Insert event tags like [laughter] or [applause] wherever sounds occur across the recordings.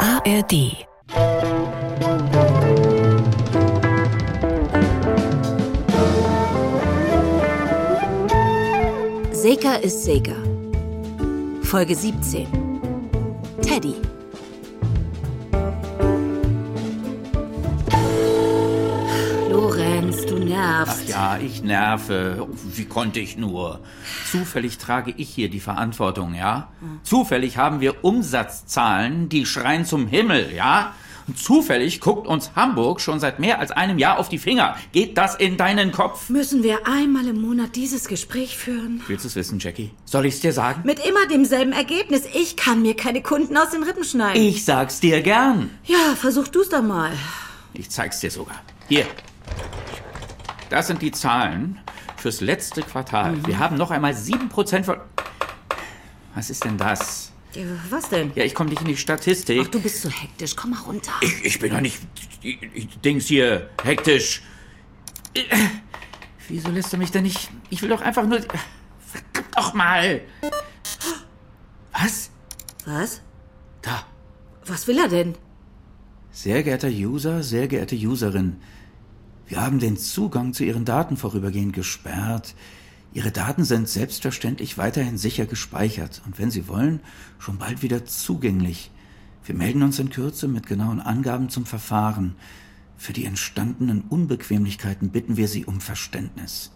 ARD. Seika ist Seika. Folge 17. Teddy. Lorenz, du nervst. Ach ja, ich nerve. Wie konnte ich nur? Zufällig trage ich hier die Verantwortung, ja? Zufällig haben wir Umsatzzahlen, die schreien zum Himmel, ja? Und zufällig guckt uns Hamburg schon seit mehr als einem Jahr auf die Finger. Geht das in deinen Kopf? Müssen wir einmal im Monat dieses Gespräch führen? Willst du es wissen, Jackie? Soll ich's dir sagen? Mit immer demselben Ergebnis. Ich kann mir keine Kunden aus den Rippen schneiden. Ich sag's dir gern. Ja, versuch du's doch mal. Ich zeig's dir sogar. Hier. Das sind die Zahlen fürs letzte Quartal. Wir haben noch einmal 7% von. Was ist denn das? Ja, Was denn? Ja, ich komme nicht in die Statistik. Ach, du bist so hektisch. Komm mal runter. Ich, ich bin doch nicht. Ich, ich, Dings hier, hektisch. Äh, Wieso lässt du mich denn nicht. Ich will doch einfach nur. Verdammt doch mal! Was? Was? Da. Was will er denn? Sehr geehrter User, sehr geehrte Userin, wir haben den Zugang zu Ihren Daten vorübergehend gesperrt. Ihre Daten sind selbstverständlich weiterhin sicher gespeichert und wenn Sie wollen, schon bald wieder zugänglich. Wir melden uns in Kürze mit genauen Angaben zum Verfahren. Für die entstandenen Unbequemlichkeiten bitten wir Sie um Verständnis.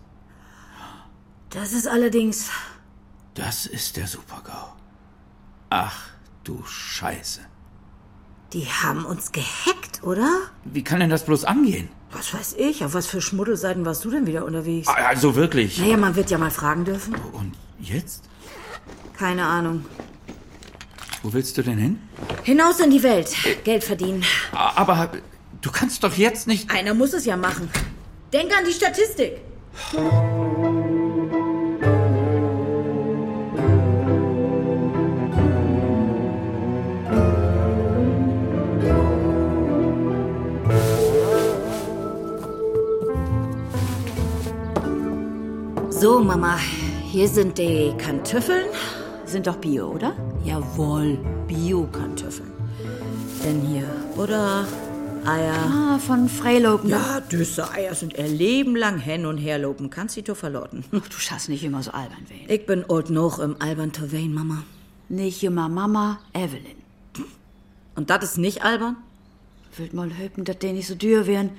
Das ist allerdings. Das ist der Supergau. Ach du Scheiße. Die haben uns gehackt, oder? Wie kann denn das bloß angehen? Was weiß ich? Auf was für Schmuddelseiten warst du denn wieder unterwegs? Also wirklich. Naja, man wird ja mal fragen dürfen. Und jetzt? Keine Ahnung. Wo willst du denn hin? Hinaus in die Welt. Geld verdienen. A- Aber du kannst doch jetzt nicht. Einer muss es ja machen. Denk an die Statistik. So, Mama, hier sind die Kartoffeln. Sind doch Bio, oder? Jawohl, Bio-Kartoffeln. Denn hier Butter, Eier. Ah, von Freilopen. Ja, diese Eier sind ihr Leben lang hin und her lopen. Kannst sie doch verloren. Ach, du schaffst nicht immer so albern [laughs] wen. Ich bin old noch im Alban Tervain, Mama. Nicht immer Mama, Evelyn. Und das ist nicht albern? Wild mal höpen, dass die nicht so dürr wären.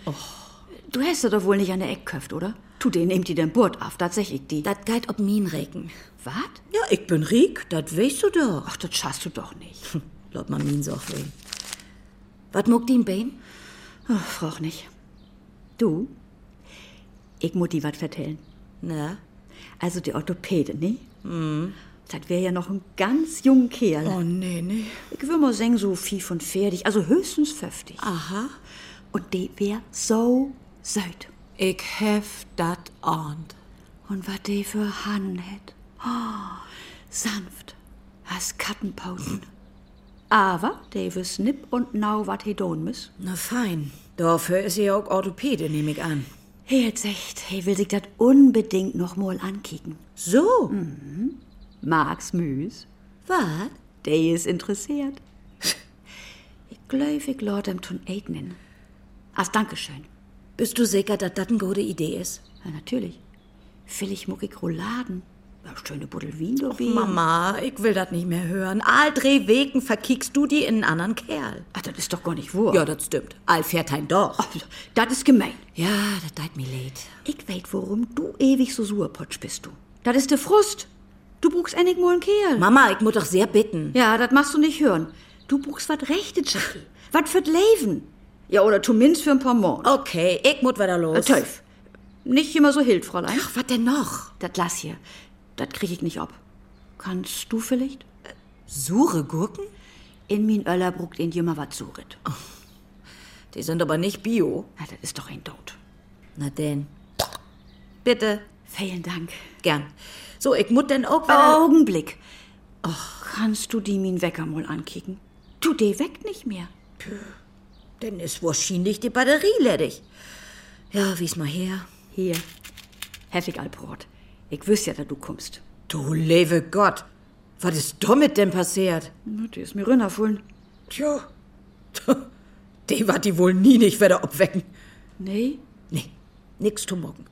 Du hast sie doch wohl nicht an der Eck köft, oder? Tu den nehmt die den Bord auf, tatsächlich die. Das geht ob Minregen. Wat? Ja, ich bin Riek, das weißt du doch. Ach, das schaffst du doch nicht. Hm. Laut man Min auch weh. Was muckt die im Bein? Ach, frag nicht. Du? Ich muss dir was vertellen. Na? Hm. Also die Orthopäde, ne? Mhm. Das wär ja noch ein ganz junger Kerl. Oh, nee, nee. Ich will mal sagen, so fief und fertig, also höchstens 50. Aha. Und die wär so süd. Ich hef dat ahnt. Und was die für Hannen hätt. Oh, sanft, als Kattenpauten. Aber die wüs nipp und nau, wat he don müs. Na fein. Dafür ist sie ja auch Orthopäde, nehme ich an. He het secht, he will sich dat unbedingt noch mal ankicken. So? Max Müs, Was? die is interessiert. [laughs] ich glaub, ich lade ihm tun eignen. Als Dankeschön. Bist du sicher, dass das eine gute Idee ist? Ja, natürlich. Vielleicht muck ich Rouladen. Ja, schöne Buddel Wien, doch Mama, ich will das nicht mehr hören. All drei Wegen verkickst du die in einen anderen Kerl. Ach, das ist doch gar nicht wahr. Ja, das stimmt. All fährt ein doch. Ach, das ist gemein. Ja, das deit mir leid. Ich weet, warum du ewig so surpotsch bist du. Das ist der Frust. Du buchst endlich mal einen Kerl. Mama, ich muss doch sehr bitten. Ja, das machst du nicht hören. Du buchst was Rechte, Jackie. was für Leben. Ja, oder zumindest für ein paar Monate. Okay, ich muss weiter los. Teuf. Nicht immer so hild, Fräulein. Ach, was denn noch? Das lass hier. Das krieg ich nicht ab. Kannst du vielleicht? Sure Gurken? In min Öllerbruck den jemand was sucht. Die sind aber nicht bio. Na, das ist doch ein Tod. Na denn. Bitte. Vielen Dank. Gern. So, ich muss denn auch Oh. weiter... Augenblick. Äh. Kannst du die min Wecker mal ankicken? Du, die weckt nicht mehr. Denn ist wahrscheinlich die Batterie ledig. Ja, wie's mal her. Hier, heftig Albrot. Ich wüsste ja, dass du kommst. Du lebe Gott. Was ist damit denn passiert? Na, die ist mir rinnerfüllen. Tja, [laughs] Die wird die wohl nie nicht wieder obwecken. Nee? Nee, nix zu morgen.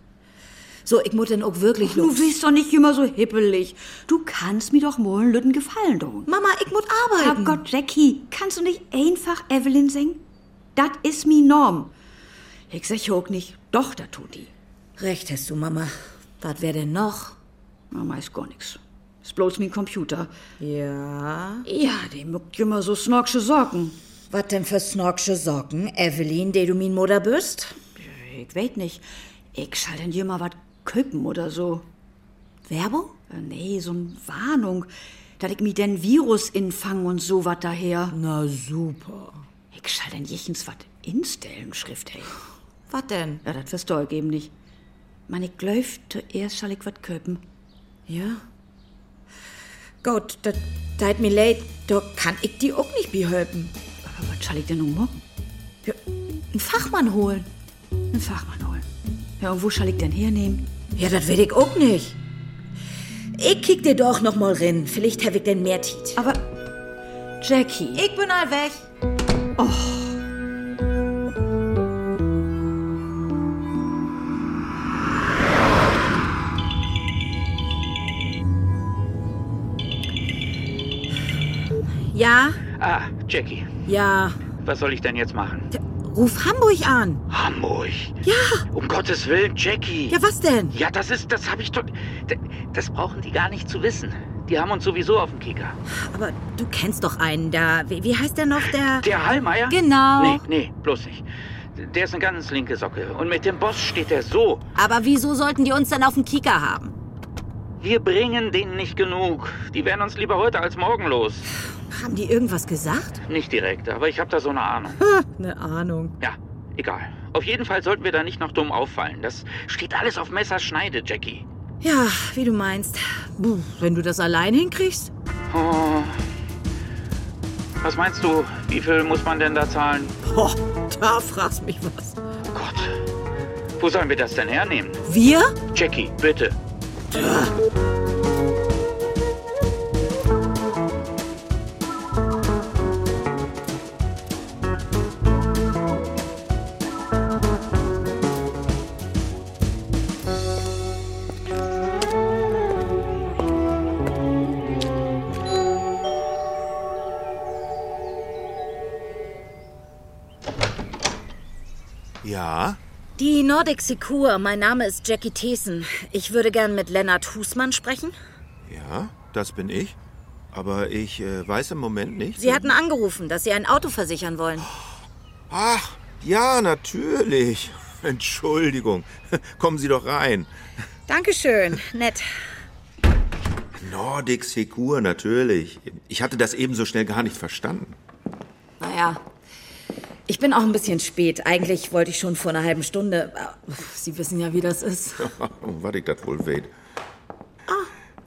So, ich muss denn auch wirklich los. Du bist doch nicht immer so hippelig. Du kannst mir doch mal einen Lütten gefallen tun. Mama, ich muss Herr arbeiten. Oh Gott, Jackie, kannst du nicht einfach Evelyn singen? Das ist mi Norm. Ich sag auch nicht, doch, da tut die. Recht hast du, Mama. Was wär denn noch? Mama ist gar nix. Ist bloß mi Computer. Ja. Ja, dem muckt immer so snorksche Sorgen. Was denn für snorksche Socken, Evelyn, de du min Mutter bist? Ich weet nicht. Ich schall denn hier mal wat köpen oder so. Werbung? Äh, Nee, so n Warnung. Dat ich mi den Virus infang und so wat daher. Na super. Ich schall denn jechens wat instellen, Schrift, hey. Was denn? Ja, das wirst du euch eben nicht. Man, ich läuft zuerst schall ich wat köpen. Ja. Gott, dat seid mir leid, da kann ich die auch nicht behelpen. Aber was schall ich denn nun morgen? Ja, einen Fachmann holen. Einen Fachmann holen. Ja, und wo schall ich denn hernehmen? Ja, das will ich auch nicht. Ich kick dir doch noch mal rein. Vielleicht hab ich denn mehr Tiet. Aber. Jackie. Ich bin all weg. Oh. Oh. Ja, Ah, Jackie, ja. was soll ich denn jetzt machen? Ruf Hamburg an. Hamburg. Ja, Um Gottes Willen, Jackie. ja, was denn? Ja, das ist, das habe ich doch. d- Das brauchen die gar nicht zu wissen. Die haben uns sowieso auf dem Kicker. Aber du kennst doch einen da. Wie, wie heißt der noch? Der. Der Hallmeier? Genau. Nee, nee, bloß nicht. Der ist eine ganz linke Socke. Und mit dem Boss steht er so. Aber wieso sollten die uns dann auf dem Kicker haben? Wir bringen denen nicht genug. Die wären uns lieber heute als morgen los. Haben die irgendwas gesagt? Nicht direkt, aber ich habe da so eine Ahnung. [laughs] Eine Ahnung. Ja, egal. Auf jeden Fall sollten wir da nicht noch dumm auffallen. Das steht alles auf Messerschneide, Jackie. Ja, wie du meinst. Puh, wenn du das allein hinkriegst? Oh. Was meinst du, wie viel muss man denn da zahlen? Oh Boah, da fragst mich was. Gott, wo sollen wir das denn hernehmen? Wir? Jackie, bitte. Ja? Die Nordic Secure. Mein Name ist Jackie Thesen. Ich würde gern mit Lennart Husmann sprechen. Ja, das bin ich. Aber ich äh, weiß im Moment nicht. Sie hatten angerufen, dass Sie ein Auto versichern wollen. Ach, ja, natürlich. [laughs] Entschuldigung. [laughs] Kommen Sie doch rein. Dankeschön. Nett. Nordic Secure, natürlich. Ich hatte das eben so schnell gar nicht verstanden. [laughs] Naja. Ich bin auch ein bisschen spät. Eigentlich wollte ich schon vor einer halben Stunde. Sie wissen ja, wie das ist. Was ich das wohl weht.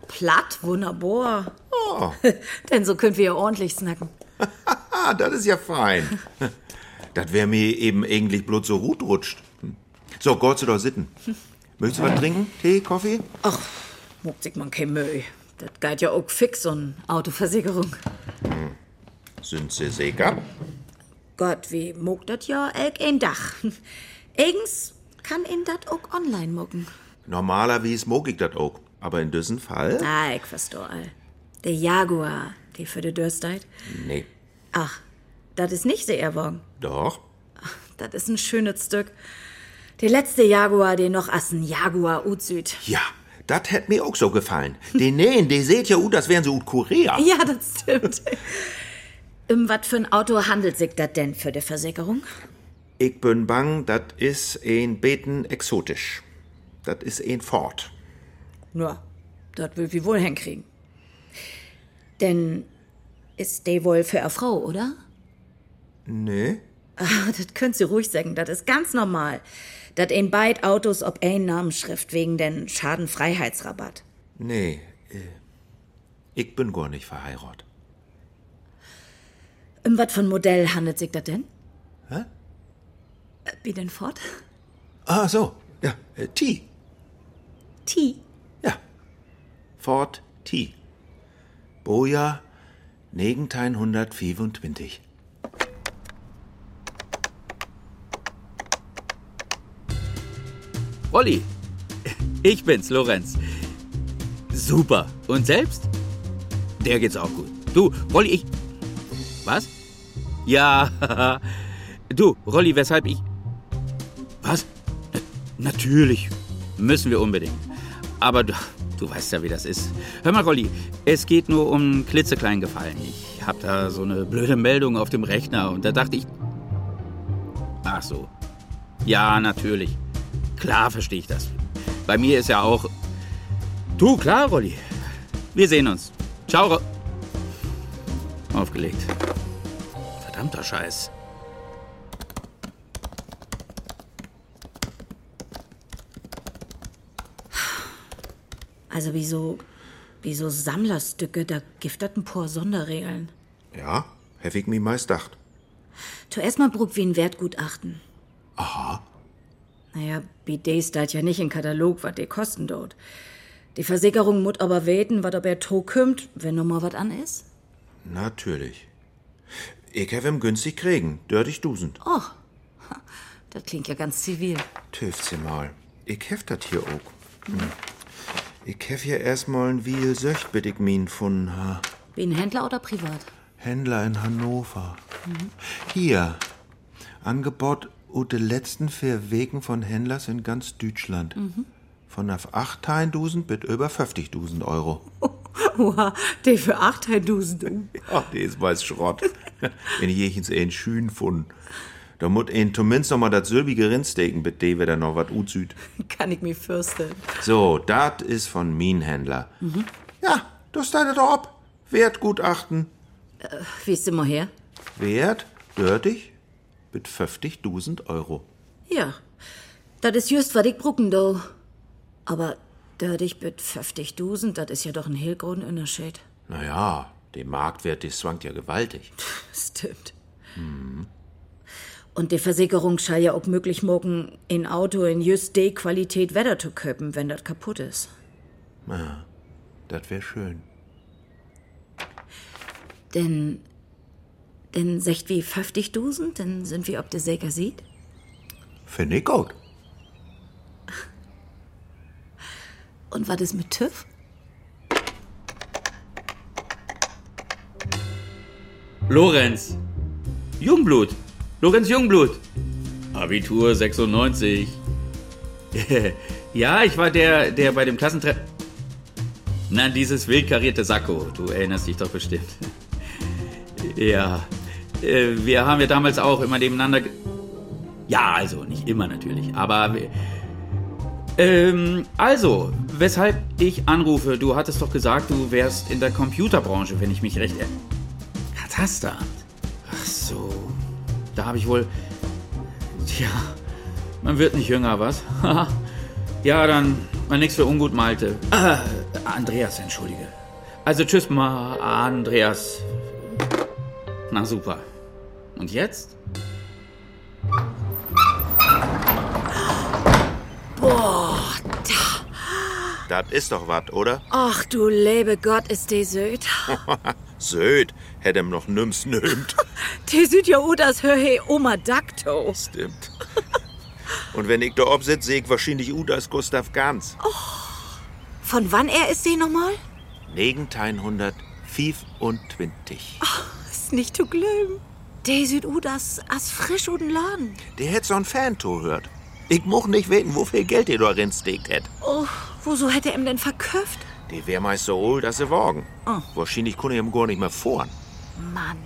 Platt, wunderbar. Oh, [laughs] Denn so können wir ja ordentlich snacken. [laughs] ah, das ist ja fein. Das wäre mir eben eigentlich bloß so Rut rutscht. So, Gott sei Dank sitten. Möchtest du was trinken? Tee, Kaffee? Ach, muckt sich man kein Müll. Das geht ja auch fix, so eine Autoversicherung. Sind Sie sicher? Gott, wie muckt das ja elk ein Dach. [laughs] Egens kann ihn das auch online mucken. Normalerweise mag ich das auch. Aber in diesem Fall? Ah, ich verstehe all. Der Jaguar, die für die Dürstheit. Nee. Ach, das ist nicht sehr erworben. Doch. Das ist ein schönes Stück. Der letzte Jaguar, den noch assen Jaguar ut Süd. Ja, das hätt mir auch so gefallen. Die nähen, die seht ja ut, das wären so ut Korea. [laughs] Ja, das stimmt. [laughs] Im was für ein Auto handelt sich das denn für die Versicherung? Ich bin bang, das is ein Beten exotisch. Das is ein Ford. Ja, das will wir wohl hinkriegen. Denn ist die wohl für eine Frau, oder? Nee? Ah, das könnt Sie ruhig sagen, das ist ganz normal. Dat in beid Autos ob ein Namensschrift wegen den Schadenfreiheitsrabatt. Nee. äh, Ich bin gar nicht verheiratet. Im Um wat von Modell handelt sich das denn? Hä? Äh, Wie denn fort? Ah, so. Ja, äh, T. T. Ja. Ford T. Boja 1925. Olli, ich bin's, Lorenz. Super. Und selbst? Der geht's auch gut. Du, Rolli, ich. Was? Ja. [laughs] Du, Rolli, weshalb ich. Was? Na- Natürlich. Müssen wir unbedingt. Aber du, du weißt ja, wie das ist. Hör mal, Rolli, es geht nur um einen klitzekleinen Gefallen. Ich hab da so eine blöde Meldung auf dem Rechner und da dachte ich. Ach so. Ja, natürlich. Klar verstehe ich das. Bei mir ist ja auch. Du, klar, Rolli. Wir sehen uns. Ciao. Ro Aufgelegt. Verdammter Scheiß. Also wieso, wieso Sammlerstücke der gifterten Poor-Sonderregeln? Ja, hätte ich mir meist gedacht. Zuerst mal Bruck wie ein Wertgutachten. Aha. Naja, BD steht ja nicht im Katalog, was die kosten dort. Die Versicherung muss aber weten, was ob er to kümmt, wenn noch mal was an ist. Natürlich. Ich habe ihm günstig kriegen, dörtig dusend. Oh. Das klingt ja ganz zivil. Tüft's ihr mal. Ich hef dat hier auch. Hm. Ich hef hier erstmal ein viel Söcht, bitte ich min von ha, Wie ein Händler oder privat? Händler in Hannover. Hier. Angebot ut de letzten vier Wegen von Händlers in ganz Deutschland. Von auf 8.000 bis über 50.000 Euro. Oha, die für 8000. Ach, die ist weiß Schrott. Wenn ich ins einen schön von. Da muss ein zumindest noch mal das silbige Rindsteak mit dem wir dann noch was uzüht. Kann ich mir fürsten. So, das ist von Minenhändler. Ja, das steht doch ab. Wertgutachten. Wie ist immer her? Wert, dörtig, mit 50.000 Euro. Ja, das ist just, was ich brucken do. Aber dadurch mit 50.000, das ist ja doch ein hellgroßen Unterschied. Naja, der Marktwert, der schwankt ja gewaltig. Stimmt. Und die Versicherung schall ja auch möglich morgen ein Auto in just de Qualität Wetter zu köpen, wenn das kaputt ist. Das wäre schön. Denn, denn secht wie 50.000, dann sind wir ob der Säger sieht. Finde ich gut. Und was ist mit TÜV? Lorenz. Jungblut. Lorenz Jungblut. Abitur 96. [laughs] ja, ich war der, der bei dem Klassentreffen. Na, dieses wildkarierte Sakko. Du erinnerst dich doch bestimmt. [laughs] ja. äh, Wir haben ja damals auch immer nebeneinander. ge- Ja, also nicht immer natürlich, aber. wir- Ähm, also, weshalb ich anrufe, du hattest doch gesagt, du wärst in der Computerbranche, wenn ich mich recht erinnere. Katasteramt. Ach so. Da habe ich wohl. Tja, man wird nicht jünger, was? [laughs] ja, dann mal nichts für ungut, Malte. Ah, Andreas, entschuldige. Also tschüss mal, Andreas. Na super. Und jetzt? Das ist doch was, oder? Ach du lebe Gott, ist de Süd. Söd, hätte ihm noch nimm's nömt. De Süd ja das hör he Oma Dakto. Stimmt. Und wenn ich da obsitze, sehe ich wahrscheinlich ut als Gustav Ganz. Von wann er ist sie nochmal? 1925. Ist nicht zu glauben. De Süd das as frisch uden Laden. Der hätt so ein Fan-Tor hört. Ich moch nicht weten, wo viel Geld der da reinsteckt hätt. Oh, wieso hätte er ihm denn verköpft? Der wär meist so old, dass er wagen. Wahrscheinlich konnte ich ihm gar nicht mehr fahren. Mann,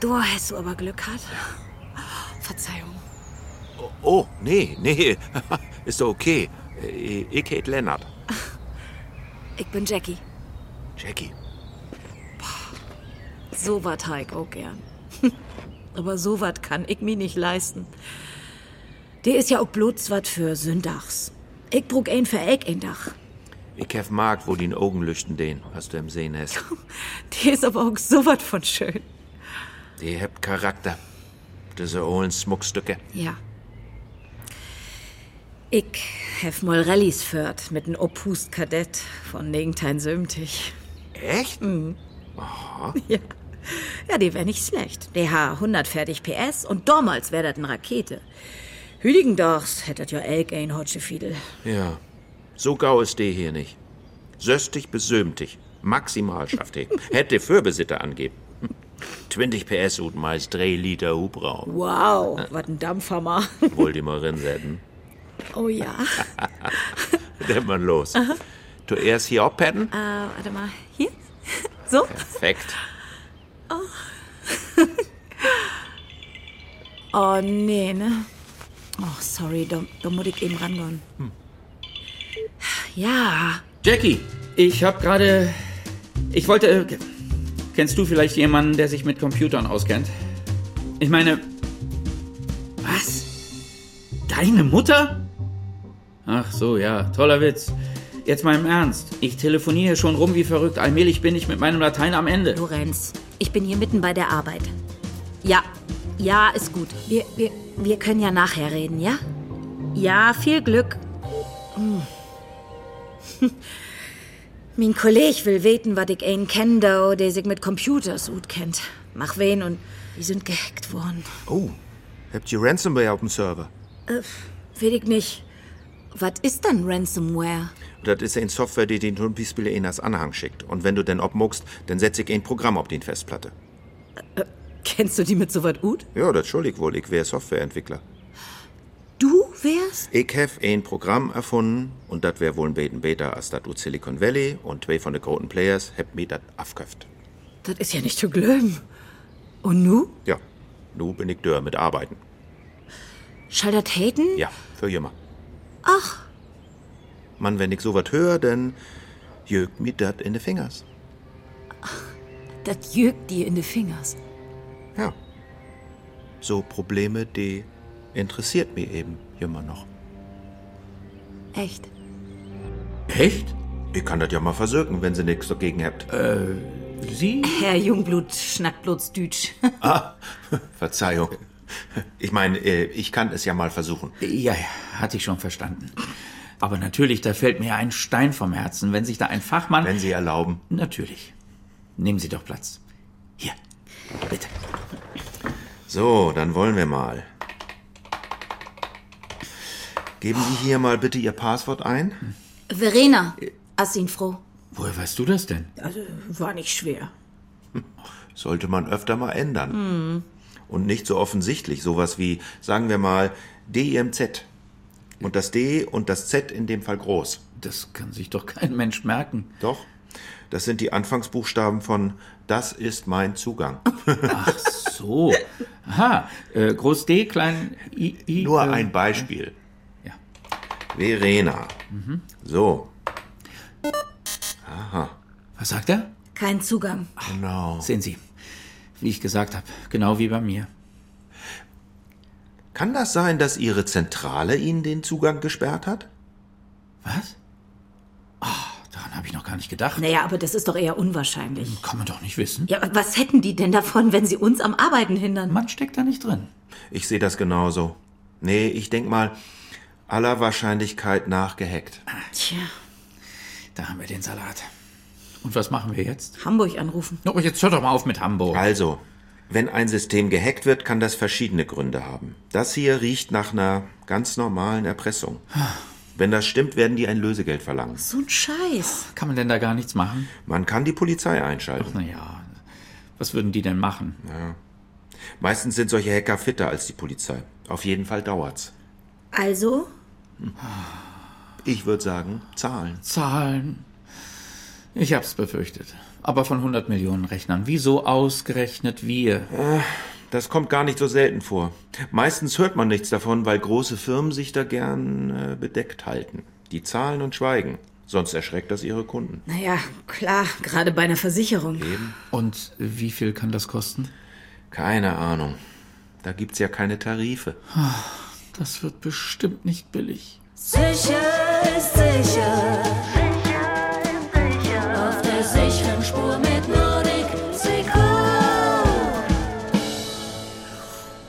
du hast du aber Glück gehabt. Verzeihung. Oh, nee, nee. [laughs] ist doch okay. Äh, Ich hätt Lennart. Ich bin Jackie. Jackie. So wat ha ich auch gern. [laughs] aber so wat kann ich mir nicht leisten. Der ist ja auch bloß wat für Sündachs. Ich brug ein für Eck ein Dach. Ich hef mag, wo die Augen lüchten den, was du im Sehen hast. Der ist aber auch so wat von schön. Die hebt Charakter. Diese ollen Smuckstücke. Ja. Ich hef mal Rallys fört mit einem Oppust-Kadett von Negentein Sömtig. Echt? Ja. Ja, die wär nicht schlecht. DH 100 fertig PS und damals wär das eine Rakete. Hüdigen dachs, 'ne hättet ja elk ein hotsche Fiedel. Ja, so gau ist de hier nicht. Söstig bis sömtig. Maximal schafft he. Hätte Fürbesitter angeben. [laughs] 20 PS und meist 3 Liter Hubraum. Wow, wat ein Dampfhammer. Wollt ihr mal rinsetten? Oh ja. [laughs] Dann mal los. Du erst hier abpetten? Äh, warte mal, hier? [laughs] So? Perfekt. Oh nee, ne? Oh, sorry, da, da muss ich eben rangehen. Ja, Jackie, ich habe gerade. Ich wollte. äh, Kennst du vielleicht jemanden, der sich mit Computern auskennt? Ich meine. Was? Deine Mutter? Ach so, ja, toller Witz. Jetzt mal im Ernst. Ich telefoniere schon rum wie verrückt. Allmählich bin ich mit meinem Latein am Ende. Lorenz, ich bin hier mitten bei der Arbeit. Ja, ja, ist gut. Wir, wir, wir können ja nachher reden, ja? Ja, viel Glück. Hm. [laughs] mein Kolleg will weten, wat ich einen kenn, da, der sich mit Computers gut kennt. Mach wen und die sind gehackt worden. Oh, habt ihr Ransomware auf dem Server? Weet ich nicht. Wat ist denn Ransomware? Das ist ein Software, die den Tonpispiele in das Anhang schickt. Und wenn du den obmuckst, dann setz ich ein Programm auf den Festplatte. Kennst du die mit so wat gut? Ja, das schuldig wohl, ich wär Softwareentwickler. Du wärst? Ich hef ein Programm erfunden und das wär wohl ein beten Beta als das ut Silicon Valley und zwei von den großen Players heb mir das afköpft. Das ist ja nicht zu glauben. Und nu? Ja, nu bin ich dör mit Arbeiten. Schaltet Hayden? Ja, für jemmer. Ach. Mann, wenn ich sowas höre, dann jögt mir dat in de Fingers. Das jügt dir in die Fingers. Ja. So Probleme, die interessiert mir eben immer noch. Echt. Echt? Ich kann das ja mal versöken, wenn sie nichts dagegen habt. Sie? Herr Jungblut schnackt Lutzdütsch. Verzeihung. [laughs] Ich meine, äh, ich kann es ja mal versuchen. Ja, ja, hatte ich schon verstanden. Aber natürlich, da fällt mir ein Stein vom Herzen, wenn sich da ein Fachmann. Wenn Sie erlauben. Natürlich. Nehmen Sie doch Platz. Hier, bitte. So, dann wollen wir mal. Geben Sie hier mal bitte Ihr Passwort ein. Verena, hast ihn froh. Woher weißt du das denn? Also, War nicht schwer. Sollte man öfter mal ändern. Und nicht so offensichtlich. Sowas wie, sagen wir mal, DIMZ. Und das D und das Z in dem Fall groß. Das kann sich doch kein Mensch merken. Doch. Das sind die Anfangsbuchstaben von Das ist mein Zugang. So. Aha. Äh, Groß D, klein I. I Nur äh, ein Beispiel. Ja. Verena. So, Was sagt er? Kein Zugang. genau. Sehen Sie, wie ich gesagt habe, genau wie bei mir. Kann das sein, dass Ihre Zentrale Ihnen den Zugang gesperrt hat? Was? Ah, daran habe ich noch gar nicht gedacht. Naja, aber das ist doch eher unwahrscheinlich. Kann man doch nicht wissen. Ja, was hätten die denn davon, wenn sie uns am Arbeiten hindern? Man steckt da nicht drin. Ich sehe das genauso. Nee, ich denk mal, aller Wahrscheinlichkeit nach gehackt. Da haben wir den Salat. Und was machen wir jetzt? Hamburg anrufen. Oh, jetzt hört doch mal auf mit Hamburg. Also, wenn ein System gehackt wird, kann das verschiedene Gründe haben. Das hier riecht nach einer ganz normalen Erpressung. Wenn das stimmt, werden die ein Lösegeld verlangen. So ein Scheiß. Kann man denn da gar nichts machen? Man kann die Polizei einschalten. Naja, was würden die denn machen? Meistens sind solche Hacker fitter als die Polizei. Auf jeden Fall dauert's. Also? Ich würde sagen, zahlen. Zahlen. Ich hab's befürchtet. Aber von 100 Millionen Rechnern. Wieso ausgerechnet wir? Das kommt gar nicht so selten vor. Meistens hört man nichts davon, weil große Firmen sich da gern äh, bedeckt halten. Die zahlen und schweigen. Sonst erschreckt das ihre Kunden. Naja, klar, gerade bei einer Versicherung. Und wie viel kann das kosten? Keine Ahnung. Da gibt's ja keine Tarife. Das wird bestimmt nicht billig.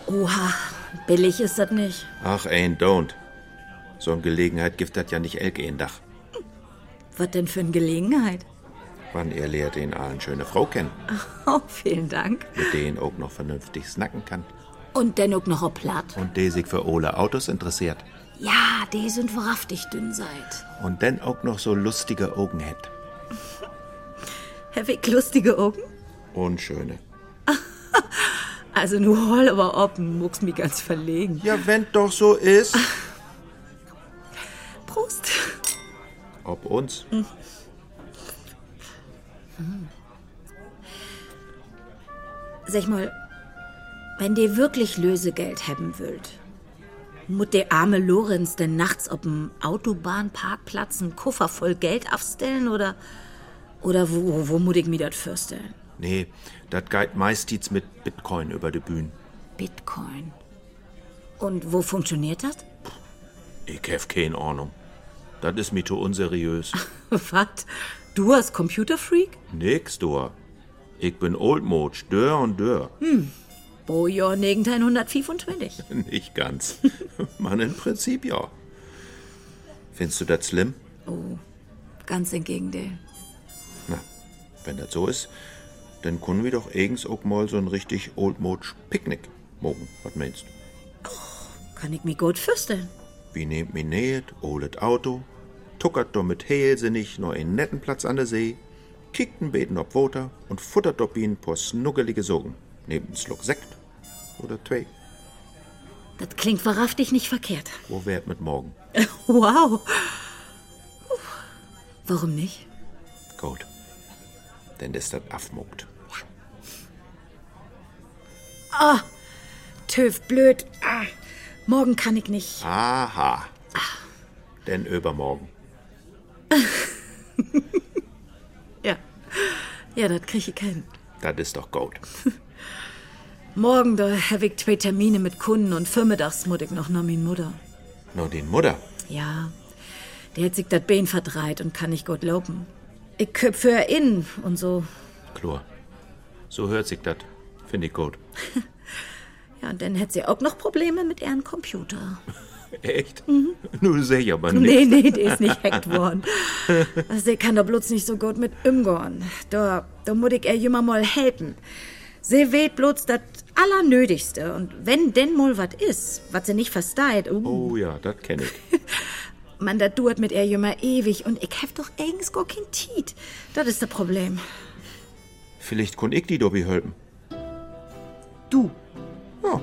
Oha, billig ist das nicht. Ach, ain't don't. So eine Gelegenheit gibt das ja nicht elk ein Dach. Was denn für eine Gelegenheit? [laughs] Wann er lehrt den allen schöne Frau kennen, Oh, vielen Dank. mit denen auch noch vernünftig snacken kann. Und dennoch noch ein Platt. Und die sich für alle Autos interessiert. Ja, die sind wahrhaftig dünn seid. Und dann auch noch so lustige Augen hat. Hab ich lustige Augen? Und schöne. Also nur hol aber oppen, muckst mich ganz verlegen. Ja, wenn doch so ist. Prost. Ob uns. Sag mal, wenn dir wirklich Lösegeld haben wollt, mut der arme Lorenz denn nachts auf dem Autobahnparkplatz einen Koffer voll Geld aufstellen oder oder wo, wo mut ich mir das vorstellen? Nee, dat geht meistens mit Bitcoin über die Bühne. Bitcoin. Und wo funktioniert das? [laughs] Ich hef keine Ahnung. Das ist mir zu unseriös. Was? Du als Computerfreak? Nix, du. Ich bin oldmodisch, dör und dör. Pro Jahr negentein 125. [laughs] Nicht ganz. Man im Prinzip ja. Findest du das schlimm? Ganz im Gegenteil. Na, wenn das so ist, dann können wir doch eigens auch mal so ein richtig oldmodisch Picknick morgen. Was meinst du? Kann ich mir gut vorstellen. Wie nehmt mir nähet, olet Auto, tuckert do mit Häelsinnig nur einen netten Platz an der See, kickt ein Beten ob Woter und futtert ob ihn paar snuggelige Sogen. Nehmt einen Schluck Sekt oder zwei. Das klingt wahrhaftig nicht verkehrt. [laughs] Wo wär't mit morgen? Wow. Puh. Warum nicht? Gut. Denn ist das afmuckt. Töv, blöd. Ah, morgen kann ich nicht. Aha. Denn übermorgen. Ja. Ja, das kriege ich hin. Das ist doch gut. Morgen, da habe ich zwei Termine mit Kunden und vormittags muss ich noch nach min Mutter. Nur den Mutter. Ja, der hat sich das Bein verdreht und kann nicht gut laufen. Ich köpfe er in und so. Chlor. So hört sich das. Find ich gut. Ja, und dann hätte sie auch noch Probleme mit ihrem Computer. Echt? [laughs] Nun seh ich aber nicht. Nee, nee, der ist nicht hackt worden. Also, der kann doch bloß nicht so gut mit umgehen. Da, da muss ich ihr jemand mal helfen. Sie weht bloß das Allernötigste. Und wenn denn mal was ist, was sie nicht versteht, uh, Oh ja, das kenne ich. man, das duert mit ihr jemand ewig. Und ich hab doch eigens gar kein Tiet. Das ist das Problem. Vielleicht kann ich die Dobby helfen. Du, Ja.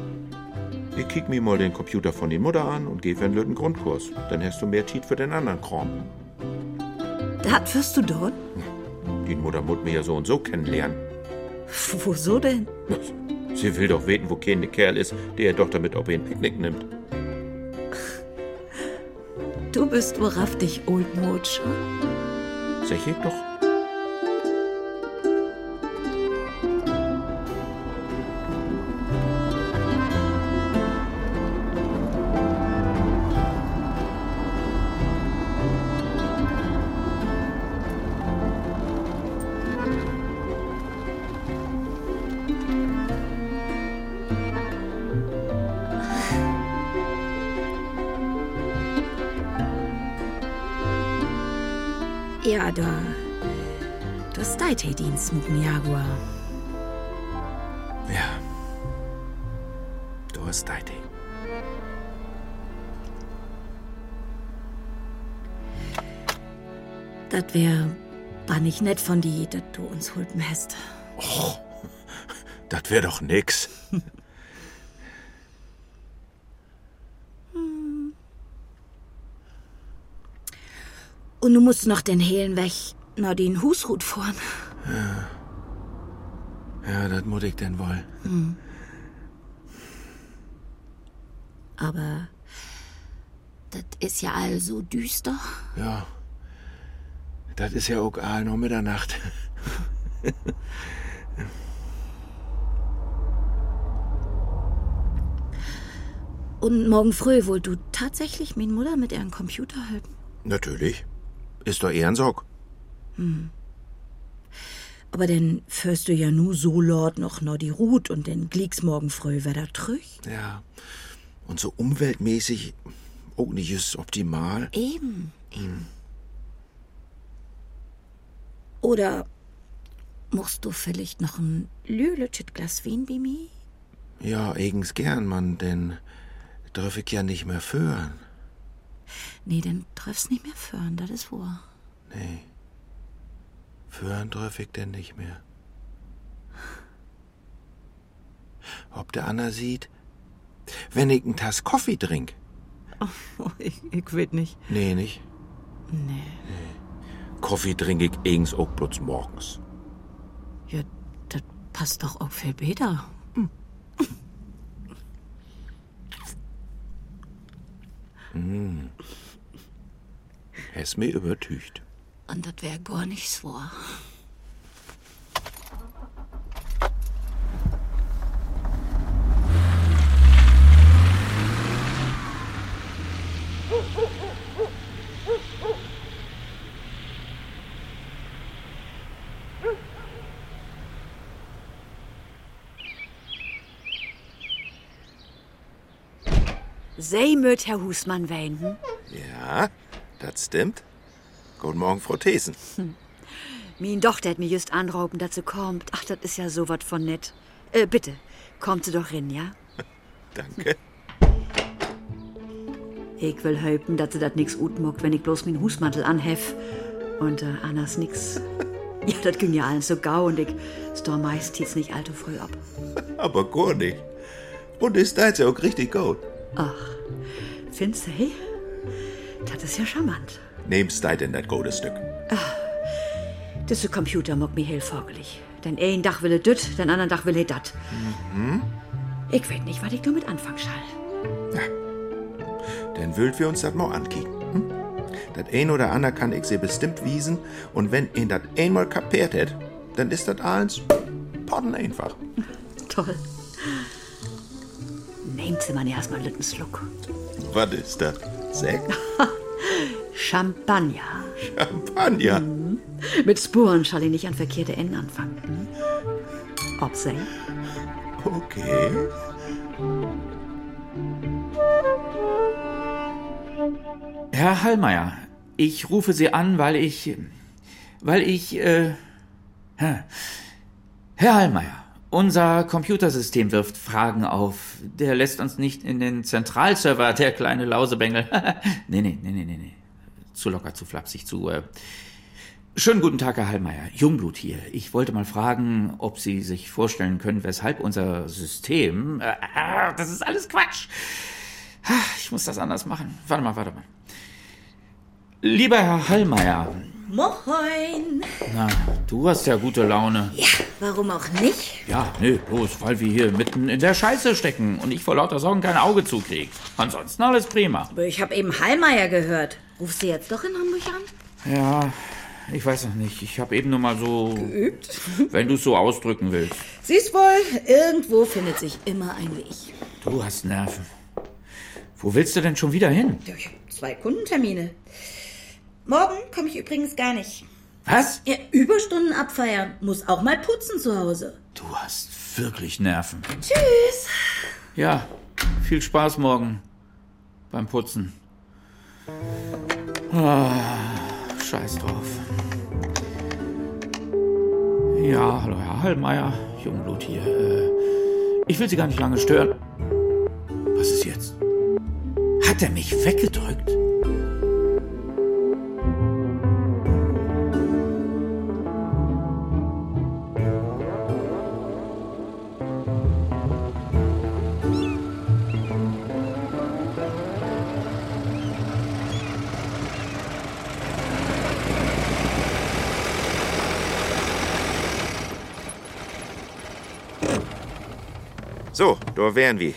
Ich kick mir mal den Computer von die Mutter an und geh für einen blöden Grundkurs. Dann hast du mehr Tiet für den anderen Kram. das wirst du dort? Die Mutter muss mir ja so und so kennenlernen. Wieso denn? Sie will doch weten, wo kein Kerl ist, der doch damit ob ihn Picknick nimmt. Du bist wahrhaftig oldmodisch. Sag ich doch. Ja, da. Das ist dein Tee-Dienst mit dem Jaguar. Ja. Du hast deine. Das wär, war nicht nett von dir, dass du uns hulpen hast. Das wär doch nix. Und du musst noch den Hehlen weg, na den Husrut vorn. Ja, das muss ich denn wohl. Hm. Aber das ist ja all so düster. Ja. Das ist ja auch ah, noch Mitternacht. Und morgen früh wollt du tatsächlich min Mutter mit ihrem Computer halt helfen. Natürlich. Ist doch Ehrensorg. Aber dann führst du ja nur so laut noch na die Rut und dann glieks morgen früh wär da trüch. Ja. Und so umweltmäßig auch nicht ist optimal. Eben, eben. Hm. Oder musst du vielleicht noch ein lülütschet Glas Wein bei mir? Ja, eigens gern, Mann, denn darf ich ja nicht mehr führen. Nee, dann treff's nicht mehr führen, das ist wahr. Nee. Führen darf ich denn nicht mehr. Ob der Anna sieht, wenn ich einen Tass Kaffee trink. Oh, [laughs] Ich, ich will nicht. Nee, nicht? Kaffee trinke ich eigens auch bloß morgens. Ja, das passt doch auch viel besser. Es mir übertücht. Und das wär gar nicht so. Sei möt Herr Husmann weinen. Ja, das stimmt. Guten Morgen, Frau Thesen. Min Tochter hat mir just anrauben, dass sie kommt. Ach, das ist ja so wat von nett. Äh, bitte, kommt sie doch hin, ja? Danke. Ich will helfen, dass sie das nix utmuckt, wenn ich bloß min Husmantel anhef. Und äh, anders nix. Ja, das ging ja allen so gau und ich stor meist jetzt nicht allzu früh ab. Aber gar nicht. Und ist da jetzt auch richtig gut. Findest du, hey? Das ist ja charmant. Nehmst du denn das gute Stück? Das ist Computer mag mir heel vorgelig. Den einen Tag will er das, den anderen Tag will er das. Ich weiß nicht, was ich damit anfangen soll. Dann würden wir uns das mal ankicken. Hm? Das ein oder andere kann ich sie bestimmt wiesen. Und wenn ihn das einmal kapiert hätt, dann ist das alles pardon einfach. Toll. Nehmt sie mal erstmal einen Schluck. Was ist das? Sekt? [laughs] Champagner. Champagner? Mit Spuren soll ich nicht an verkehrte Enden anfangen. Hm? Ob sei. Okay. Herr Hallmeier, ich rufe Sie an, weil ich. weil ich. Äh, hä? Herr Hallmeier, unser Computersystem wirft Fragen auf. Der lässt uns nicht in den Zentralserver, der kleine Lausebengel. [laughs] nee, nee, nee, nee, nee, nee. Zu locker, zu flapsig, zu. Äh. Schönen guten Tag, Herr Hallmeier. Jungblut hier. Ich wollte mal fragen, ob Sie sich vorstellen können, weshalb unser System. Äh, ah, das ist alles Quatsch. Ich muss das anders machen. Warte mal, warte mal. Lieber Herr Hallmeier, Moin! na, du hast ja gute Laune. Warum auch nicht? Ja, nee, bloß weil wir hier mitten in der Scheiße stecken und ich vor lauter Sorgen kein Auge zukrieg. Ansonsten alles prima. Aber ich habe eben Hallmeier gehört. Rufst du jetzt doch in Hamburg an? Ja, ich weiß noch nicht. Ich habe eben nur mal so. Geübt? [laughs] Wenn du es so ausdrücken willst. Siehst wohl, irgendwo findet sich immer ein Weg. Du hast Nerven. Wo willst du denn schon wieder hin? Ja, ich habe zwei Kundentermine. Morgen komme ich übrigens gar nicht. Was? Ja, Überstunden abfeiern. Muss auch mal putzen zu Hause. Du hast wirklich Nerven. Tschüss. Ja, viel Spaß morgen beim Putzen. Ah, scheiß drauf. Ja, hallo Herr Hallmeier, Jungblut hier. Äh, Ich will Sie gar nicht lange stören. Was ist jetzt? Hat er mich weggedrückt? So, da wären wir.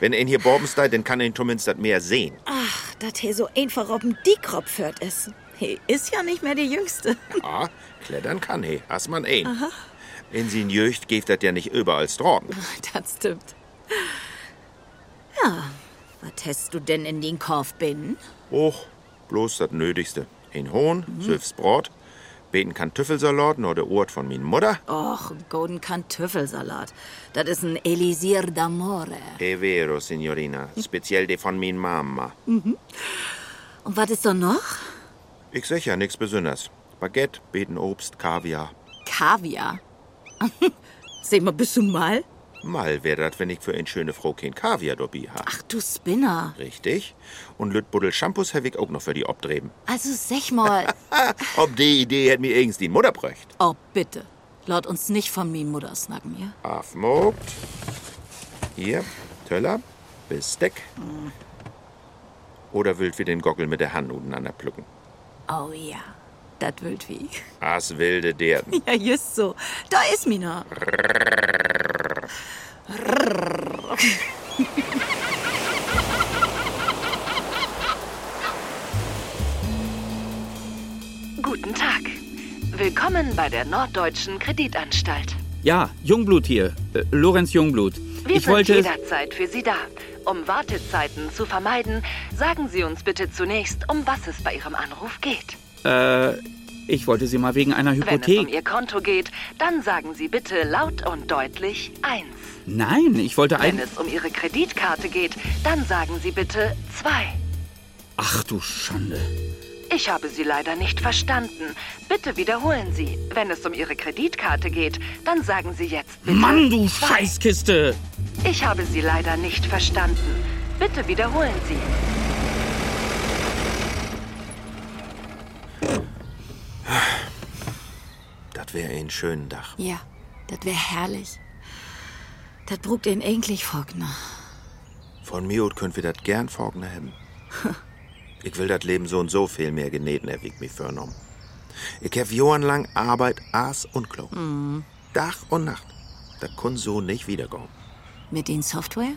Wenn ihn hier Borbens da, dann kann ihn zumindest das Meer sehen. Ach, dass hier so einfach auf dem Dickkopf führt ist. He ist ja nicht mehr die Jüngste. Ah, klettern kann he, hast man ein. In sin Jücht geht das ja nicht überall dran. Das stimmt. Ja, was hast du denn in den Korf binnen? Och, bloß das Nötigste. Ein Hohn, mhm. Sülfs Brot, beten kann Tüffelsalat, nur der Ort von min Mutter. Oh. Och, ein Golden Kartoffelsalat. Das ist ein Elisir d'Amore. E vero, Signorina, speziell de von min Mama. Und was ist da noch? Ich sag ja nix Besonderes. Baguette, Betenobst, Kaviar. [laughs] Kaviar. Sag mal, bist du mal? Mal wär dat, wenn ich für ein schöne Frau kein Kaviar dabei ha. Ach du Spinner. Richtig. Und Lütbuddel Shampoos hab ich auch noch für die obdreben. Also sag mal. [laughs] Ob die Idee hätt mir irgends die Mutter bräucht. oh, bitte. Laut uns nicht von mien Mutter snacken, ja? Afmogt. Hier, Töller, Besteck. Oder willt wir den Gockel mit der Hand untereinander pflücken? Oh ja. Dat wild wie. As wilde [laughs] derden. Ja, just so. Da ist Mina. Guten Tag. Willkommen bei der Norddeutschen Kreditanstalt. Ja, Jungblut hier. Äh, Lorenz Jungblut. Wir ich sind wollte. jederzeit für Sie da. Um Wartezeiten zu vermeiden, sagen Sie uns bitte zunächst, um was es bei Ihrem Anruf geht. Ich wollte Sie mal wegen einer Wenn es um Hypothek. Ihr Konto geht, dann sagen Sie bitte laut und deutlich 1. Nein, ich wollte ein. Wenn es um Ihre Kreditkarte geht, dann sagen Sie bitte 2. Ach du Schande. Ich habe Sie leider nicht verstanden. Bitte wiederholen Sie. Wenn es um Ihre Kreditkarte geht, dann sagen Sie jetzt bitte Mann, du zwei. Scheißkiste! Ich habe Sie leider nicht verstanden. Bitte wiederholen Sie. Dat wär ein schönen Dach. Ja, das wär herrlich. Dat brugt ihn endlich Faulkner. Von mir aus könnt wir dat gern vorgner [laughs] haben. ich will dat Leben so und so viel mehr genähten, er wiegt mich förnom. Ich hab johrenlang Arbeit, Aas und Klo. Mm. Dach und Nacht. Dat kun so nicht wiederkommen. Mit den Software?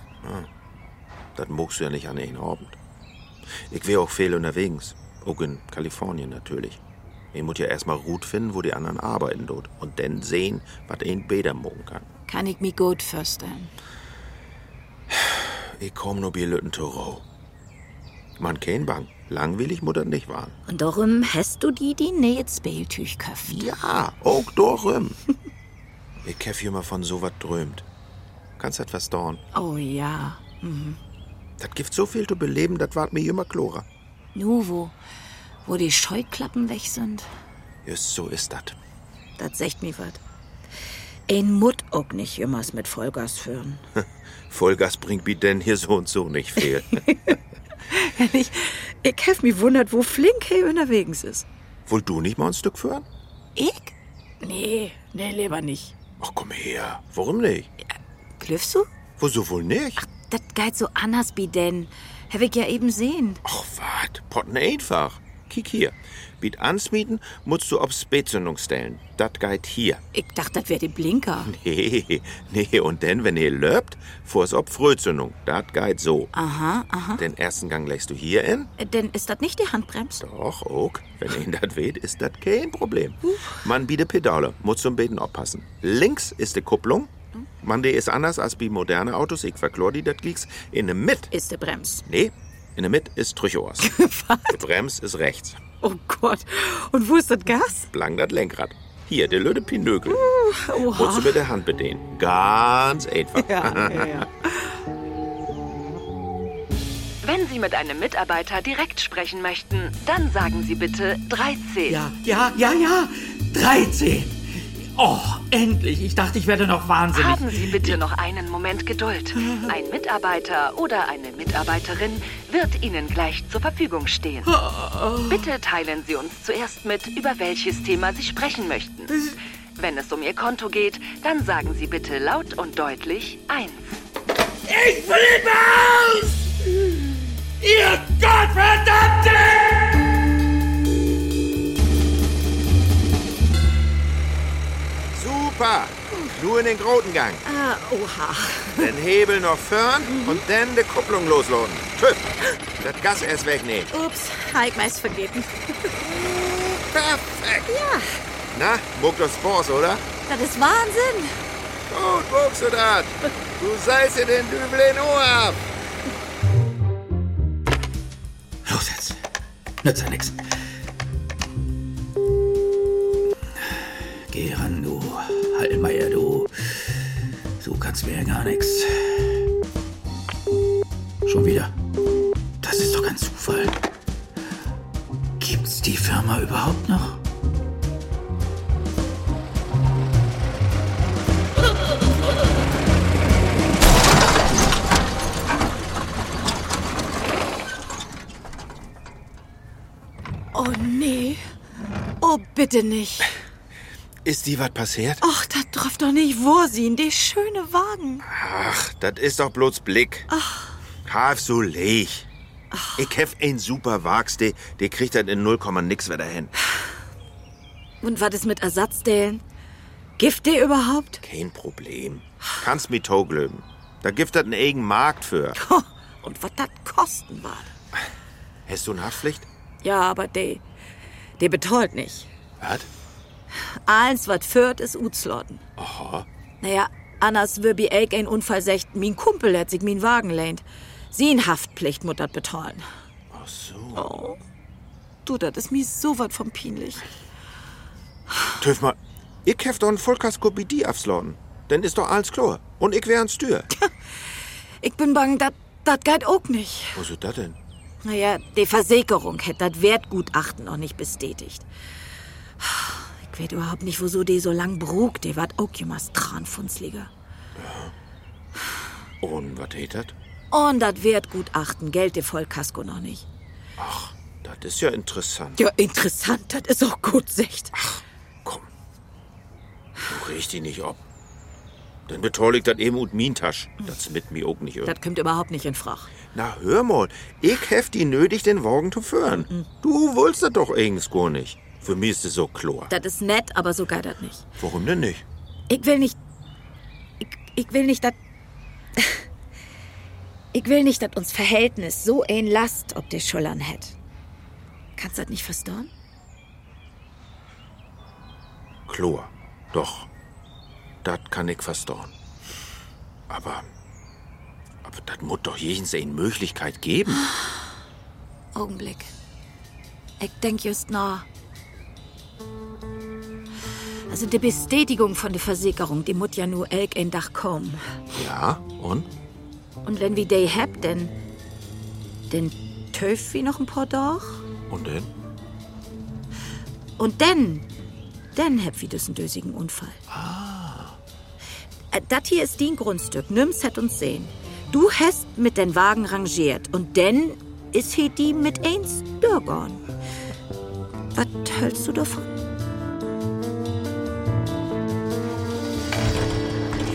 Das muckst du ja nicht an den Abend. Ich wär auch viel unterwegs. Auch in Kalifornien natürlich. Ich muss ja erstmal Ruth finden, wo die anderen arbeiten dort. Und dann sehen, was ein Bäder mogen kann. Kann ich mich gut vorstellen. Ich komm nur bei Lütten Toro. Man kein Bang. Langweilig muss das nicht waren. Und darum hast du die, die nicht ins Beeltüch köpft. Ja, auch dorem. ich käff hier mal von so was drömt. Kannst dat was dauern. Oh ja. Dat gibt so viel zu beleben, dat ward mir immer klorer. Nu, wo, wo die Scheuklappen weg sind, Just so ist dat. Das sagt mir was. Ein Mut auch nicht immer mit Vollgas [laughs] führen. Vollgas bringt mir denn hier so und so nicht viel. Ich, ich hab mich wundert, wo flink hey unterwegs ist. Wollt du nicht mal ein Stück führen? Ich? Nee, nee, lieber nicht. Ach komm her, warum nicht? klüffst du? Wieso wohl nicht? Dat geht so anders wie denn. Hab ich ja eben sehen. Ach wat, potten einfach. Kick hier. Biet ansmieten, musst du aufs Spätzündung stellen. Dat geht hier. Ich dachte, das wär die Blinker. Hm. Nee, [laughs] nee, und denn, wenn ihr löbt, vors ob Frühzündung. Dat geht so. Aha, aha. Den ersten Gang lässt du hier in. Äh, Denn ist das nicht die Handbremse? Doch, ook. Wenn ihn dat weht, ist dat kein Problem. Man biete Pedale, muss zum Beten aufpassen. Links ist die Kupplung. Man, die ist anders als bei moderne Autos. Ich verklor die dat Glicks. In der Mitte Ist der Brems. Nee, in der Mitte ist Trüchowas. [laughs] Die Brems ist rechts. Oh Gott. Und wo ist das Gas? Blang das Lenkrad. Hier, der löde Pinökel. Musst du mit der Hand bedienen. Ganz einfach. Wenn Sie mit einem Mitarbeiter direkt sprechen möchten, dann sagen Sie bitte 13. Ja, ja, ja, ja. 13. Oh, endlich. Ich dachte, ich werde noch wahnsinnig. Haben Sie bitte noch einen [laughs] Moment Geduld. Ein Mitarbeiter oder eine Mitarbeiterin wird Ihnen gleich zur Verfügung stehen. Oh. Bitte teilen Sie uns zuerst mit, über welches Thema Sie sprechen möchten. Wenn es um Ihr Konto geht, dann sagen Sie bitte laut und deutlich 1. Ich flippe aus! Ihr Gottverdammte! Super. Nur in den großen Gang. Ah, oha. Mhm. Den Hebel noch fern und dann die Kupplung losloten. Tüff. Das Gas erst wegnehmen. Ups, hab ich meist vergeben. Perfekt. Ja. Na, muck das Force, oder? Das ist Wahnsinn. Gut, muckst du das. Du seist dir den Dübel in Ohr ab. Los jetzt. Nützt ja nix. Geh ran, du Halt Hallmeier, du. So kannst mir ja gar nichts. Schon wieder. Das ist doch kein Zufall. Gibt's die Firma überhaupt noch? Bitte nicht. Ist dir was passiert? Och, da darf doch nicht vorsehen, der schöne Wagen. Ach, das ist doch bloß Blick. Haf so leich. Ich hef ein super Wachs, der der kriegt das in 0, nix wieder hin. Und was ist mit Ersatzdellen? Gift der überhaupt? Kein Problem. Kannst mi toglöben. Da gibt das einen eigen Markt für. Und was das kosten war? Hast du eine Haftpflicht? Ja, aber der, der betollt nicht. Was? Alles, was führt, ist Utslotten. Aha. Naja, Annas wirbi eik ein Unfall secht, min Kumpel hat sich min Wagen lehnt. Sie in Haftpflicht Oh. muttert betollen. Ach so. Du, das ist mir so was von peinlich. Töf mal, ich hef doch einen Vollkaskopidie aufslauten. Dann ist doch alles klar. Und ich wär [laughs] ans Tür. Ich bin bang, dat, dat geht auch nicht. Wo ist das denn? Naja, die Versicherung hätte das Wertgutachten noch nicht bestätigt. Ich weet überhaupt nicht, wieso die so lang brugt. Die wart auch jemals Tranfunzliger. Und was heet das? Und das Wertgutachten gelt die Vollkasko noch nicht. Das ist ja interessant. Ja, interessant, das ist auch gut sicht. Komm. Du riechst ihn nicht ob. Dann betoll ich das eben und min Tasch. Das mit mir auch nicht. Das kommt überhaupt nicht in Frage. Na, hör mal, ich hef die nötig, den Wagen zu führen. Du wolltest das doch eigens gar nicht. Für mich ist es so klar. Das ist nett, aber so geht das nicht. Warum denn nicht? Ich will nicht. Ich, ich will nicht, dass. [laughs] Ich will nicht, dass uns Verhältnis so ein Last ob der Schullern hätt. Kannst das nicht verstehen? Chlor, doch. Das kann ich verstauen. Aber. Aber das muss doch jedens eine Möglichkeit geben. Augenblick. Ich denk just nach. Also die Bestätigung von der Versicherung, die muss ja nur elk ein Dach kommen. Ja, und? Und wenn wir die hab, denn denn töf wie noch ein paar Dach. Und denn? Und dann, dann hab wir diesen dösigen Unfall. Ah. Das hier ist dein Grundstück. Nimm's hätt uns sehen. Du hast mit den Wagen rangiert und denn ist hier die mit eins Bürgern. Was hältst du davon?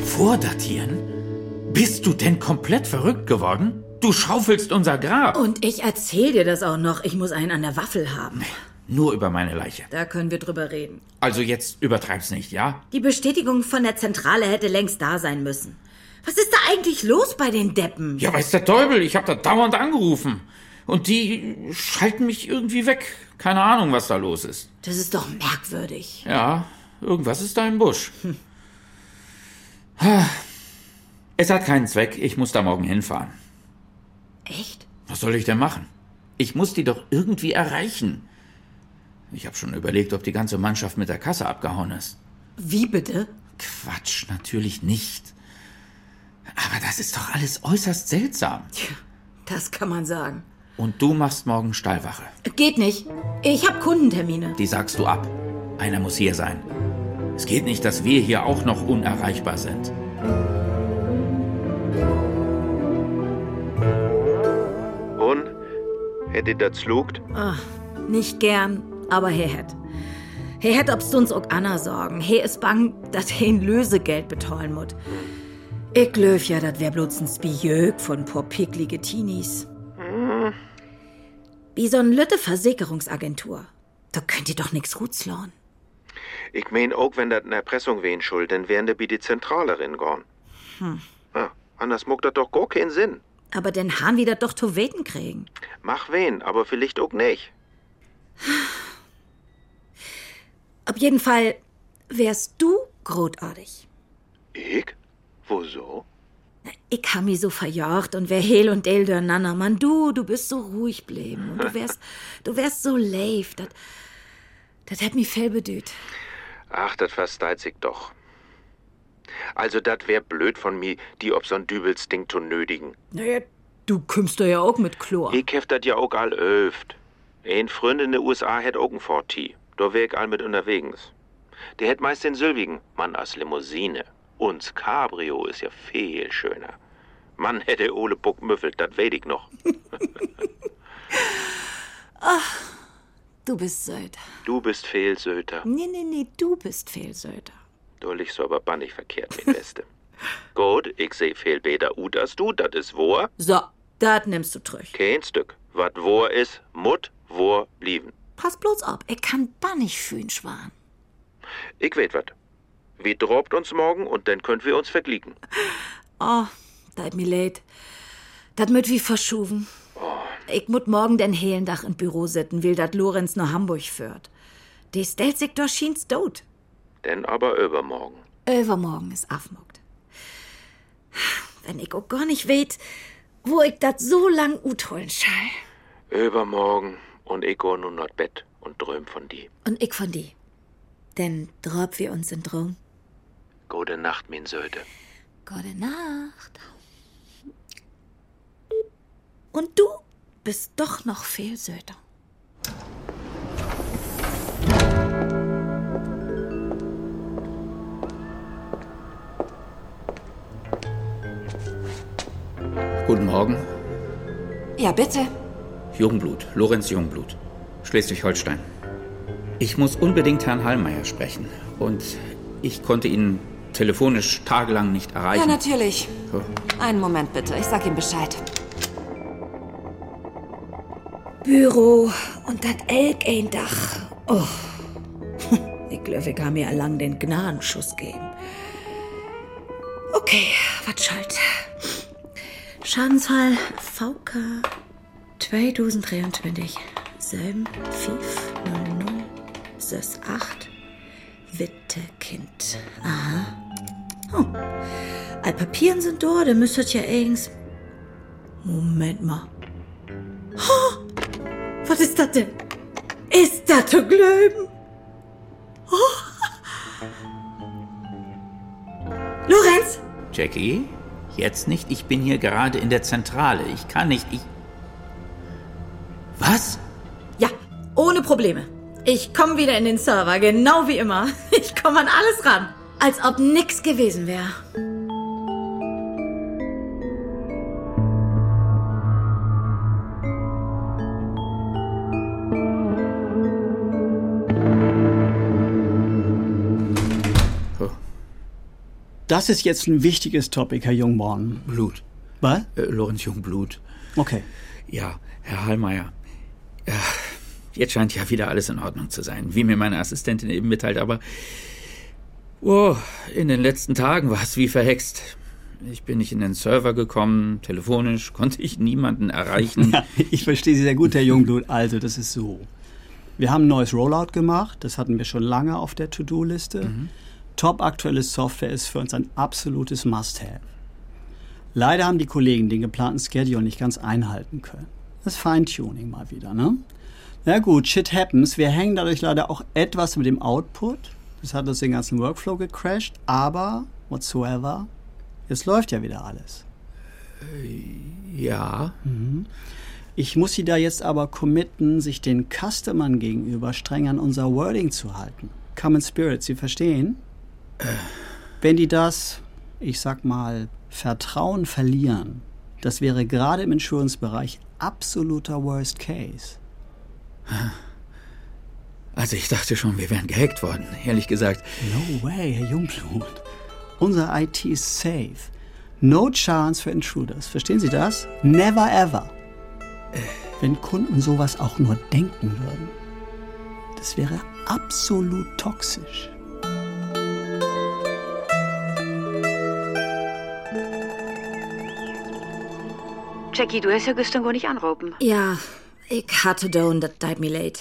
Vordatieren? Bist du denn komplett verrückt geworden? Du schaufelst unser Grab. Und ich erzähl dir das auch noch. Ich muss einen an der Waffel haben. Nur über meine Leiche. Da können wir drüber reden. Also jetzt übertreib's nicht, ja? Die Bestätigung von der Zentrale hätte längst da sein müssen. Was ist da eigentlich los bei den Deppen? Ja, weiß der Teufel, ich hab da dauernd angerufen. Und die schalten mich irgendwie weg. Keine Ahnung, was da los ist. Das ist doch merkwürdig. Ja, irgendwas ist da im Busch. Ha. Es hat keinen Zweck, ich muss da morgen hinfahren. Echt? Was soll ich denn machen? Ich muss die doch irgendwie erreichen. Ich habe schon überlegt, ob die ganze Mannschaft mit der Kasse abgehauen ist. Wie bitte? Quatsch, natürlich nicht. Aber das ist doch alles äußerst seltsam. Tja, das kann man sagen. Und du machst morgen Stallwache. Geht nicht. Ich hab Kundentermine. Die sagst du ab. Einer muss hier sein. Es geht nicht, dass wir hier auch noch unerreichbar sind. Und? Hätte das lugt? Nicht gern, aber he hätt. He hätt obst uns auch Anna sorgen. He is bang, dass he ein Lösegeld betollen mut. Ich löf ja, dat wär bloß ein Spijög von paar picklige Teenies. Wie so'n Lütte Versicherungsagentur. Da könnt ihr doch nix gut lauen. Ich mein, auch wenn das eine Erpressung wen schuld, dann wären der bi die Zentralerin gorn. Hm. Ja, anders muckt das doch gar keinen Sinn. Aber den Hahn wieder doch zu weten kriegen. Mach wen, aber vielleicht auch nicht. Auf jeden Fall wärst du großartig. Ich? Wieso? Ich hab mich so verjagt und wär hel und del dörnanner. Mann, du, du bist so ruhig bleiben. Und du wärst, du wärst so leif. Dat, dat hat mich fell bedüht. Ach, das versteit sich doch. Also, das wär blöd von mir, die ob so'n Dübels Ding zu nötigen. Naja, du kümmst ja auch mit Chlor. Ich hef dat ja auch all öft. Ein Freund in de USA hätt auch ein Forti. Da wär ich all mit unterwegs. Der hätt meist den Sylvigen, Mann als Limousine. Uns Cabrio ist ja viel schöner. [laughs] Mann hätte Ole Buck müffelt, dat weet ich noch. Du bist Söder. Du bist Fehlsöter. Nee, nee, nee, du bist Fehlsöder. Du liegst aber bannig verkehrt, mein Beste. Gut, ich seh viel besser ut als du, das ist wahr. So, das nimmst du zurück. Kein Stück. Wat wahr ist, mut wahr blieben. Pass bloß ab, er kann bannig fühlen, Schwan. Ich weet wat. Wir drobt uns morgen und dann könnt wir uns vergliegen. Oh, dat mir leid. Dat möt wie verschoben. Oh. Ich mut morgen den hehlen Dach in Büro sitten, will dat Lorenz nach Hamburg führt. Die stellt sich doch schien's tot. Denn aber übermorgen. Übermorgen ist Afmuckt. Wenn ich auch gar nicht weet, wo ich dat so lang utholen schall. Übermorgen und ich go nun not Bett und dröm von dir. Und ich von die. Denn drop wir uns in Traum. Gute Nacht, mein Söte. Gute Nacht. Und du bist doch noch Fehlsöder. Guten Morgen. Ja, bitte. Jungblut, Lorenz Jungblut, Schleswig-Holstein. Ich muss unbedingt Herrn Hallmeier sprechen. Und ich konnte ihn telefonisch tagelang nicht Ja, erreichen. natürlich. So. Einen Moment bitte, ich sag ihm Bescheid. Büro und dat Elk ein Dach. Oh. [laughs] Ich glaube, ich habe mir allang den Gnadenschuss geben. Okay, was schalt? Schadensfall VK 2023 7 5 0 0 6 8 Wittekind. Aha. Oh. All Papieren sind da, dann müsstet ja irgends. Moment mal. Was ist das denn? Ist das zu glauben? Oh. Lorenz? Jackie? Jetzt nicht. Ich bin hier gerade in der Zentrale. Ich kann nicht. Ich. Was? Ja, ohne Probleme. Ich komme wieder in den Server, genau wie immer. [laughs] Ich komme an alles ran. Als ob nix gewesen wäre. Das ist jetzt ein wichtiges Topic, Herr Jungborn. Blut. Was? Äh, Lorenz Jungblut. Okay. Ja, Herr Hallmeier. Ja, jetzt scheint ja wieder alles in Ordnung zu sein, wie mir meine Assistentin eben mitteilt, aber. Oh, in den letzten Tagen war es wie verhext. Ich bin nicht in den Server gekommen, telefonisch konnte ich [laughs] niemanden erreichen. Ja, ich verstehe Sie sehr gut, Herr Jungblut. Also, das ist so. Wir haben ein neues Rollout gemacht. Das hatten wir schon lange auf der To-Do-Liste. Top aktuelle Software ist für uns ein absolutes Must-Have. Leider haben die Kollegen den geplanten Schedule nicht ganz einhalten können. Das Feintuning mal wieder, ne? Na gut, shit happens. Wir hängen dadurch leider auch etwas mit dem Output. Das hat uns den ganzen Workflow gecrashed. Aber, whatsoever, es läuft ja wieder alles. Ja. Ich muss Sie da jetzt aber committen, sich den Customern gegenüber streng an unser Wording zu halten. Common Spirit, Sie verstehen? Wenn die das, ich sag mal, Vertrauen verlieren, das wäre gerade im Insurance-Bereich absoluter Worst Case. Also ich dachte schon, wir wären gehackt worden, ehrlich gesagt. No way, Herr Jungblut. Unser IT ist safe. No chance für Intruders. Verstehen Sie das? Never ever. Wenn Kunden sowas auch nur denken würden, das wäre absolut toxisch. Jackie, du hast ja gestern gar nicht anrufen. Ja, ich hatte da und dat died me late.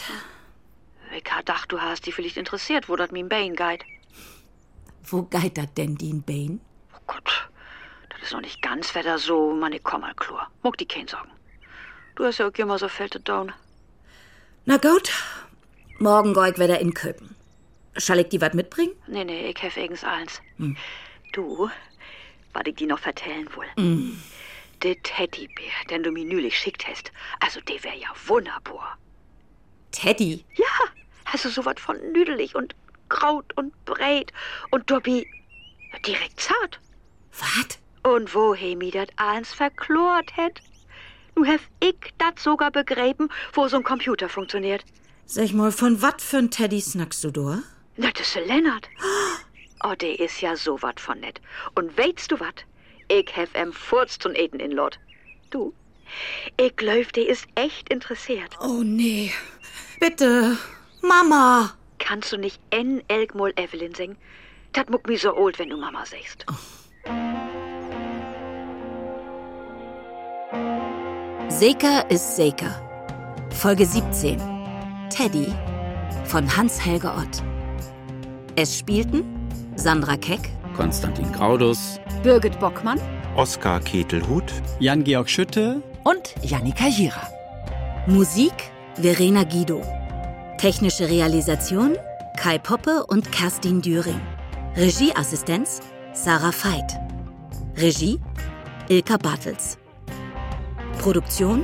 Ich hab gedacht, du hast dich vielleicht interessiert, wo das mein Bane geht. Wo geht dat denn, Dean Bain? Oh Gott, das ist noch nicht ganz wetter so, Mann, ich komm mal klar. Muck die keinen Sorgen. Du hast ja auch immer so fällt down. Na gut. Morgen geh ich wieder in Köpen. Schall ich die wat mitbringen? Nee, nee, ich helf eigens eins. Du, was ich dir noch vertellen will. Der Teddybär, den du mir nülich schickt hast, also der wär ja wunderbar. Teddy. Ja, also sowas von nüdelig und kraut und breit und Dobby direkt zart. Wat? Und woher mir dat eins verklort hätt? Nu hef ich dat sogar begräben, wo so'n Computer funktioniert. Sag mal, von was für ein Teddy snackst du da? Na, das ist der Lennart. Oh, der ist ja so wat von nett. Und weißt du wat? Ich hef em Furz zum Eten in Lot. Du? Ich glaub, der ist echt interessiert. Oh nee. Bitte. Mama. Kannst du nicht N. Elkmol Evelyn singen? Dat muck mi so old, wenn du Mama sagst. Seker ist Seker. Folge 17. Teddy von Hans-Helge Ott. Es spielten Sandra Keck, Konstantin Graudus, Birgit Bockmann Oskar Ketelhut. Jan-Georg Schütte. und Janika Jira. Musik Verena Guido. Technische Realisation Kai Poppe und Kerstin Düring. Regieassistenz Sarah Veit. Regie Ilka Bartels. Produktion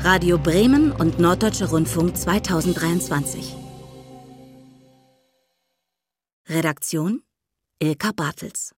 Radio Bremen und Norddeutscher Rundfunk 2023. Redaktion Ilka Bartels.